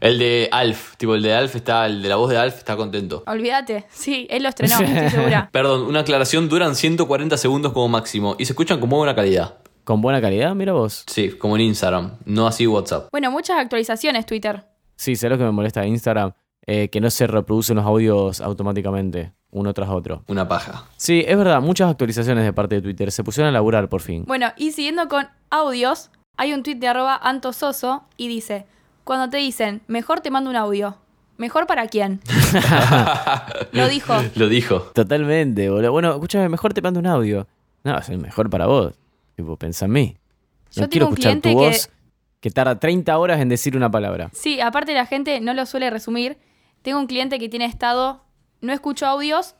Speaker 3: El de Alf, tipo el de Alf está, el de la voz de Alf está contento.
Speaker 1: Olvídate. Sí, él lo estrenó, estoy segura.
Speaker 3: Perdón, una aclaración, duran 140 segundos como máximo y se escuchan con muy buena calidad.
Speaker 2: Con buena calidad, mira vos.
Speaker 3: Sí, como en Instagram, no así WhatsApp.
Speaker 1: Bueno, muchas actualizaciones, Twitter.
Speaker 2: Sí, sé lo que me molesta de Instagram, Eh, que no se reproducen los audios automáticamente, uno tras otro.
Speaker 3: Una paja.
Speaker 2: Sí, es verdad, muchas actualizaciones de parte de Twitter. Se pusieron a laburar por fin.
Speaker 1: Bueno, y siguiendo con audios, hay un tweet de arroba antososo y dice, cuando te dicen, mejor te mando un audio. ¿Mejor para quién? Lo dijo.
Speaker 3: Lo dijo.
Speaker 2: Totalmente, boludo. Bueno, escúchame, mejor te mando un audio. No, es el mejor para vos. Tipo, pensá en mí. No
Speaker 1: Yo tengo
Speaker 2: quiero
Speaker 1: un
Speaker 2: escuchar tu
Speaker 1: cliente que-
Speaker 2: voz que tarda 30 horas en decir una palabra.
Speaker 1: Sí, aparte la gente no lo suele resumir. Tengo un cliente que tiene estado, no escucho audios,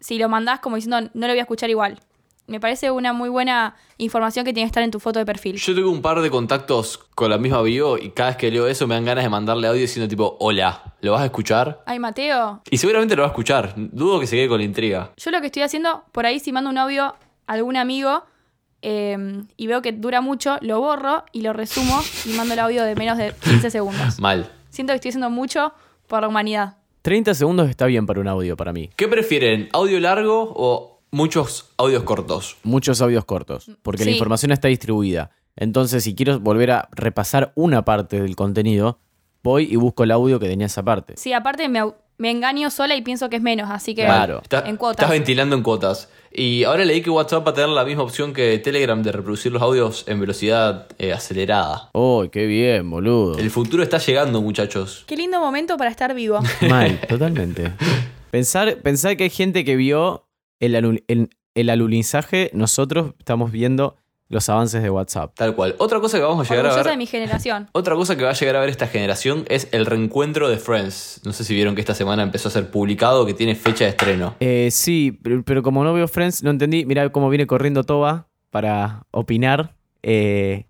Speaker 1: si lo mandás como diciendo, no lo voy a escuchar igual. me parece una muy buena información que tiene que estar en tu foto de perfil.
Speaker 3: Yo tengo un par de contactos con la misma bio y cada vez que leo eso me dan ganas de mandarle audio diciendo tipo, hola, ¿lo vas a escuchar?
Speaker 1: Ay, Mateo,
Speaker 3: Y seguramente lo va a escuchar. Dudo que se quede con la intriga.
Speaker 1: yo lo que estoy haciendo, por ahí si mando un audio a algún amigo eh, y veo que dura mucho, lo borro y lo resumo y mando el audio de menos de 15 segundos.
Speaker 3: Mal.
Speaker 1: Siento que estoy haciendo mucho por la humanidad.
Speaker 2: 30 segundos está bien para un audio para mí.
Speaker 3: ¿Qué prefieren? ¿Audio largo o muchos audios cortos?
Speaker 2: Muchos audios cortos, porque la
Speaker 1: Sí.
Speaker 2: información está distribuida. Entonces, si quiero volver a repasar una parte del contenido, voy y busco el audio que tenía esa parte.
Speaker 1: Sí, aparte me, au- me engaño sola y pienso que es menos, así que
Speaker 2: Claro.
Speaker 3: Está-
Speaker 1: en cuotas.
Speaker 3: Estás ventilando en cuotas. Y ahora leí que WhatsApp va a tener la misma opción que Telegram de reproducir los audios en velocidad eh, acelerada.
Speaker 2: ¡Oh, qué bien, boludo!
Speaker 3: El futuro está llegando, muchachos.
Speaker 1: Qué lindo momento para estar vivo.
Speaker 2: Mal, totalmente. Pensar, pensar que hay gente que vio el, alu- el, el alunizaje, nosotros estamos viendo los avances de WhatsApp.
Speaker 3: Tal cual. Otra cosa que vamos a llegar a
Speaker 1: Orgullosa
Speaker 3: ver.
Speaker 1: de mi generación.
Speaker 3: Otra cosa que va a llegar a ver esta generación es el reencuentro de Friends. No sé si vieron que esta semana empezó a ser publicado, que tiene fecha de estreno.
Speaker 2: Eh, sí, pero, pero como no veo Friends, no entendí. Mirá cómo viene corriendo Toba para opinar. eh,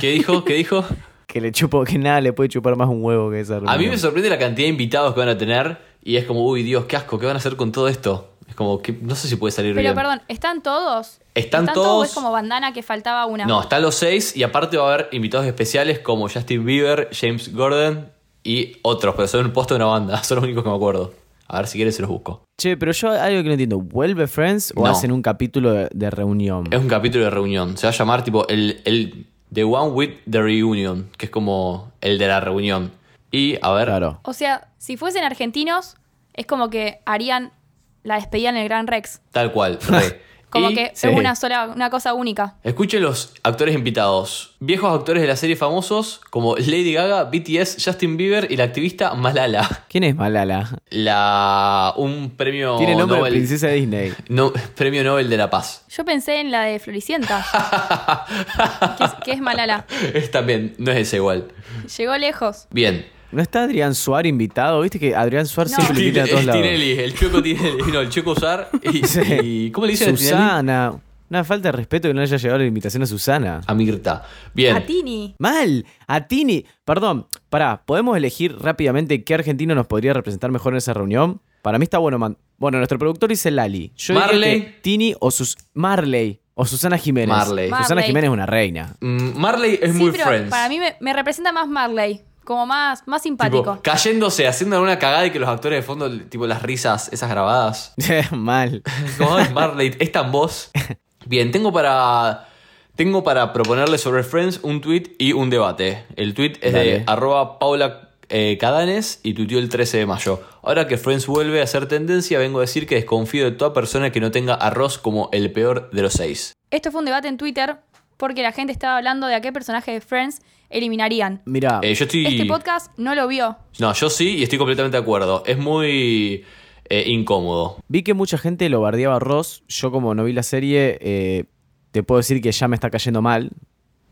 Speaker 3: ¿Qué dijo? ¿Qué dijo?
Speaker 2: que le chupo, que nada le puede chupar más un huevo que esa
Speaker 3: A mí
Speaker 2: reunión.
Speaker 3: me sorprende la cantidad de invitados que van a tener y es como, uy, Dios, qué asco, ¿qué van a hacer con todo esto? Es como, que no sé si puede salir
Speaker 1: Pero
Speaker 3: bien.
Speaker 1: perdón, ¿están todos?
Speaker 3: Están
Speaker 1: o
Speaker 3: todos-
Speaker 1: es como bandana que faltaba una?
Speaker 3: No, están los seis y aparte va a haber invitados especiales como Justin Bieber, James Gordon y otros, pero son un posto de una banda, son los únicos que me acuerdo. A ver si quieren se los busco.
Speaker 2: Che, pero yo algo que no entiendo. ¿Vuelve Friends o
Speaker 3: No.
Speaker 2: hacen un capítulo de, de reunión?
Speaker 3: Es un capítulo de reunión, se va a llamar tipo el, el The One with the Reunion, que es como el de la reunión. Y a ver,
Speaker 2: Claro.
Speaker 1: O sea, si fuesen argentinos, es como que harían la despedida en el Gran Rex.
Speaker 3: tal cual. re.
Speaker 1: Como
Speaker 3: Y-
Speaker 1: que
Speaker 2: sí.
Speaker 1: es una sola, una cosa única.
Speaker 3: Escuchen los actores invitados. Viejos actores de la serie famosos como Lady Gaga, BTS, Justin Bieber y la activista Malala.
Speaker 2: ¿Quién es Malala?
Speaker 3: La un premio
Speaker 2: Tiene nombre
Speaker 3: Nobel,
Speaker 2: de princesa Disney.
Speaker 3: no- premio Nobel de la Paz.
Speaker 1: Yo pensé en la de Floricienta, que es, que es Malala.
Speaker 3: Es también, no es esa igual.
Speaker 1: Llegó lejos.
Speaker 3: Bien.
Speaker 2: ¿No está Adrián Suárez invitado? Viste que Adrián Suárez
Speaker 1: No.
Speaker 2: siempre invita a
Speaker 3: Tinelli,
Speaker 2: todos lados.
Speaker 3: Tinelli, el Choco Tinelli, no, el Choco Usar y,
Speaker 2: Sí.
Speaker 3: y- ¿cómo le dicen a Tinelli?
Speaker 2: Susana. Una falta de respeto que no haya llegado la invitación a Susana.
Speaker 3: A Mirta. Bien.
Speaker 1: A Tini.
Speaker 2: Mal, a Tini. Perdón, pará, ¿podemos elegir rápidamente qué argentino nos podría representar mejor en esa reunión? Para mí está bueno. man- Bueno, nuestro productor dice Lali. Yo diría
Speaker 3: Marley.
Speaker 2: que Tini o sus Marley o Susana Jiménez.
Speaker 3: Marley.
Speaker 2: Susana
Speaker 1: Marley.
Speaker 2: Jiménez es una reina.
Speaker 3: Mm, Marley es
Speaker 1: Sí,
Speaker 3: muy
Speaker 1: pero
Speaker 3: friends.
Speaker 1: para mí me, me representa más Marley, como más, más
Speaker 3: Tipo,
Speaker 1: simpático.
Speaker 3: cayéndose, haciendo alguna cagada y que los actores de fondo, tipo las risas, esas grabadas.
Speaker 2: Mal.
Speaker 3: Como "Ay, Marley, es tan vos. Bien, tengo para. Tengo para proponerle sobre Friends un tweet y un debate. El tweet es
Speaker 2: Dale.
Speaker 3: de arroba Paula eh, Cadanes y tuiteó el 13 de mayo. Ahora que Friends vuelve a ser tendencia, vengo a decir que desconfío de toda persona que no tenga arroz como el peor de los seis.
Speaker 1: Esto fue un debate en Twitter porque la gente estaba hablando de a qué personaje de Friends eliminarían.
Speaker 2: Mirá,
Speaker 3: Eh, yo estoy.
Speaker 1: Este podcast no lo vio.
Speaker 3: No, yo sí y estoy completamente de acuerdo. Es muy eh, incómodo.
Speaker 2: vi que mucha gente lo bardeaba a Ross. Yo, como no vi la serie, eh, te puedo decir que ya me está cayendo mal.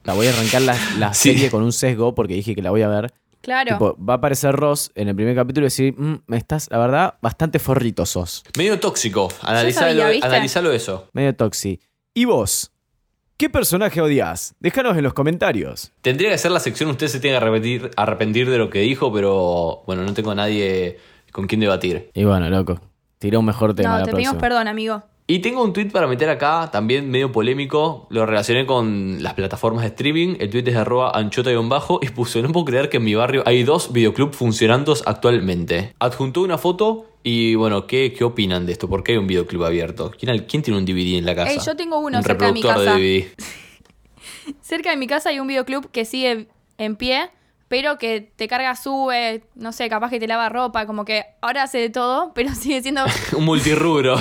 Speaker 2: La voy a arrancar la, la
Speaker 3: Sí.
Speaker 2: serie con un sesgo porque dije que la voy a ver.
Speaker 1: Claro.
Speaker 2: Tipo, va a aparecer Ross en el primer capítulo y decir, "Mm, me estás, la verdad, bastante forrito sos.
Speaker 3: Medio tóxico. Analizalo,
Speaker 1: sabía, ¿viste?
Speaker 3: analizalo eso.
Speaker 2: Medio toxi. ¿Y vos? ¿Qué personaje odias? Déjanos en los comentarios.
Speaker 3: Tendría que ser la sección, usted se tiene que arrepentir, arrepentir de lo que dijo, pero bueno, no tengo a nadie con quien debatir.
Speaker 2: Y bueno, loco. Tiró un mejor tema
Speaker 1: no,
Speaker 2: la
Speaker 1: te pedimos
Speaker 2: próxima.
Speaker 1: perdón, amigo.
Speaker 3: Y tengo un tweet para meter acá, también medio polémico, lo relacioné con las plataformas de streaming, el tweet es de arroba anchota-bajo y puso, no puedo creer que en mi barrio hay dos videoclubs funcionando actualmente. Adjuntó una foto y bueno, ¿qué, qué opinan de esto? ¿Por qué hay un videoclub abierto? ¿Quién, al- quién tiene un DVD en la casa?
Speaker 1: Ey, yo tengo uno
Speaker 3: un
Speaker 1: cerca de mi
Speaker 3: reproductor
Speaker 1: casa.
Speaker 3: de DVD.
Speaker 1: Cerca de mi casa hay un videoclub que sigue en pie, pero que te carga, sube, no sé, capaz que te lava ropa, como que ahora hace de todo, pero sigue siendo,
Speaker 3: un multirrubro.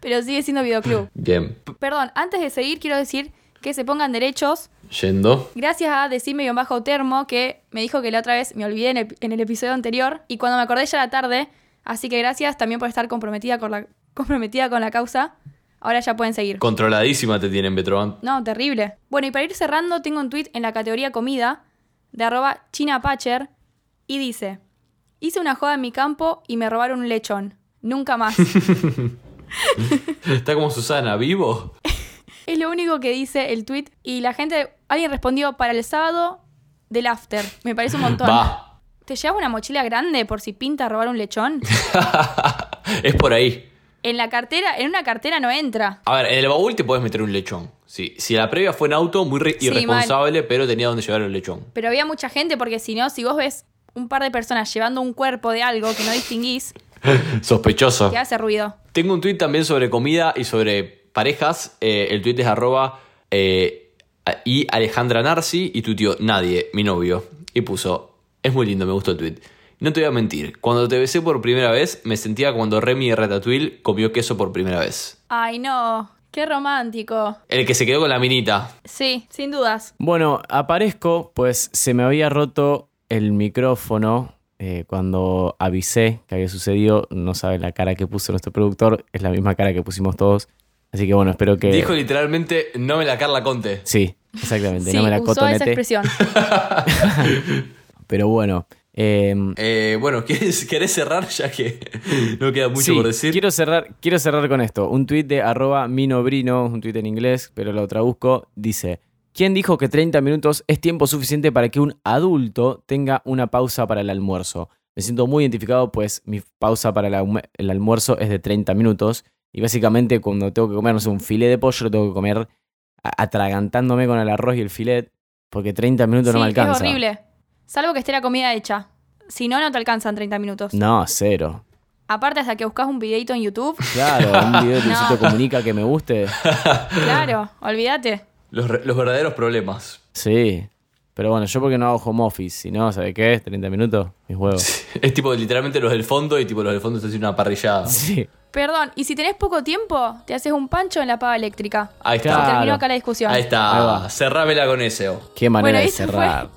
Speaker 1: pero sigue siendo videoclub.
Speaker 3: Bien,
Speaker 1: P- Perdón, antes de seguir quiero decir que se pongan derechos.
Speaker 3: yendo.
Speaker 1: Gracias a Decime Bajo Termo, que me dijo que la otra vez me olvidé en el, en el episodio anterior y cuando me acordé ya era tarde. Así que gracias también por estar comprometida con la, comprometida con la causa. Ahora ya pueden seguir.
Speaker 3: Controladísima te tienen, Petroban.
Speaker 1: No, terrible. Bueno, y para ir cerrando, tengo un tweet en la categoría comida de arroba chinapacher y dice: Hice una joda en mi campo y me robaron un lechón. Nunca más.
Speaker 3: Está como Susana, ¿vivo?
Speaker 1: Es lo único que dice el tweet. Y la gente, alguien respondió para el sábado del after. Me parece un montón.
Speaker 3: Va.
Speaker 1: ¿Te llevas una mochila grande por si pinta robar un lechón?
Speaker 3: Es por ahí.
Speaker 1: En la cartera, en una cartera no entra.
Speaker 3: A ver, en el baúl te puedes meter un lechón. Sí, si la previa fue en auto, muy re-
Speaker 1: Sí,
Speaker 3: irresponsable, pero tenía donde llevar el lechón.
Speaker 1: Pero había mucha gente porque si no, si vos ves un par de personas llevando un cuerpo de algo que no distinguís,
Speaker 3: Sospechoso.
Speaker 1: te hace ruido.
Speaker 3: Tengo un tuit también sobre comida y sobre parejas. Eh, el tuit es arroba eh, a- y Alejandra Narci y tu tío Nadie, mi novio. Y puso, es muy lindo, me gustó el tuit. No te voy a mentir, cuando te besé por primera vez, me sentía cuando Remy de Ratatouille comió queso por primera vez.
Speaker 1: Ay, no. Qué romántico.
Speaker 3: El que se quedó con la minita.
Speaker 1: Sí, sin dudas.
Speaker 2: Bueno, aparezco, pues se me había roto el micrófono eh, cuando avisé que había sucedido. No saben la cara que puso nuestro productor, es la misma cara que pusimos todos. Así que bueno, espero que.
Speaker 3: Dijo literalmente, no me la Carla Conte.
Speaker 2: Sí, exactamente,
Speaker 1: Sí,
Speaker 2: no me la este
Speaker 1: usó esa
Speaker 2: cotonete.
Speaker 1: expresión.
Speaker 2: Pero bueno. eh,
Speaker 3: Eh, bueno, ¿quieres- ¿querés cerrar ya que no queda mucho
Speaker 2: sí,
Speaker 3: por decir?
Speaker 2: Quiero cerrar, quiero cerrar con esto. Un tuit de arroba minobrino, un tuit en inglés, pero lo traduzco, dice. ¿Quién dijo que 30 minutos es tiempo suficiente para que un adulto tenga una pausa para el almuerzo? Me siento muy identificado, pues mi pausa para el, almu- el almuerzo es de 30 minutos. Y básicamente cuando tengo que comer, no sé, un filé de pollo, lo tengo que comer a- atragantándome con el arroz y el filet, porque 30 minutos no me
Speaker 1: Sí,
Speaker 2: alcanza.
Speaker 1: Es horrible. Salvo que esté la comida hecha. Si no, no te alcanzan 30 minutos.
Speaker 2: No, cero.
Speaker 1: Aparte, hasta que buscas un videito en YouTube.
Speaker 2: Claro, un video de Luisito
Speaker 1: No.
Speaker 2: Comunica que me guste.
Speaker 1: Claro, olvídate.
Speaker 3: Los, re- los verdaderos problemas.
Speaker 2: Sí. Pero bueno, yo porque no hago home office, si no, ¿sabe qué? 30 minutos, mis huevos.
Speaker 3: Es tipo literalmente los del fondo y tipo los del fondo están haciendo una parrillada.
Speaker 2: Sí.
Speaker 1: Perdón, y si tenés poco tiempo, te haces un pancho en la paga eléctrica.
Speaker 3: Ahí
Speaker 1: Se
Speaker 3: está.
Speaker 1: Terminó
Speaker 2: Claro.
Speaker 1: acá la discusión.
Speaker 3: Ahí
Speaker 2: Ahí
Speaker 3: está.
Speaker 2: va.
Speaker 3: Cerrámela con ese. oh.
Speaker 2: Qué
Speaker 1: Bueno,
Speaker 2: manera de
Speaker 1: eso
Speaker 2: cerrar.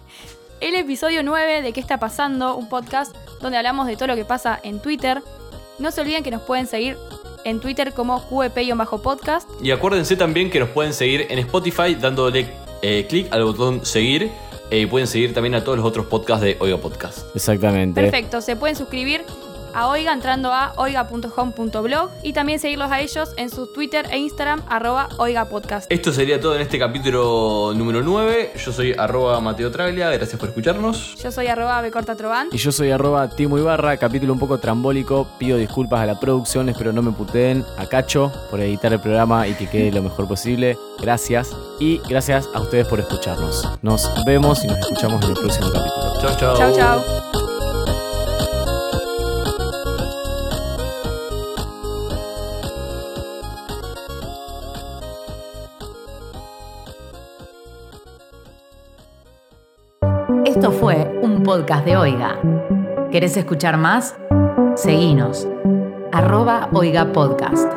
Speaker 1: El episodio 9 de ¿Qué está pasando? Un podcast donde hablamos de todo lo que pasa en Twitter. No se olviden que nos pueden seguir en Twitter como E QEP-podcast.
Speaker 3: Y acuérdense también que nos pueden seguir en Spotify dándole eh, clic al botón seguir. eh, y pueden seguir también a todos los otros podcasts de Oiga Podcast.
Speaker 2: Exactamente.
Speaker 1: Perfecto, se pueden suscribir a Oiga entrando a oiga.home.blog y también seguirlos a ellos en su Twitter e Instagram arroba oigapodcast.
Speaker 3: Esto sería todo en este capítulo número 9. Yo soy arroba Mateo Traglia. Gracias por escucharnos.
Speaker 1: Yo soy arroba becortatroban.
Speaker 2: Y yo soy arroba Timo Ibarra, capítulo un poco trambólico. Pido disculpas a la producción, espero no me puteen. A Cacho por editar el programa y que quede lo mejor posible. Gracias. Y gracias a ustedes por escucharnos. Nos vemos y nos escuchamos en el próximo capítulo.
Speaker 3: Chao, chao.
Speaker 1: Chau, chau.
Speaker 4: Esto fue un podcast de Oiga. ¿Querés escuchar más? Seguinos. Arroba Oiga Podcast.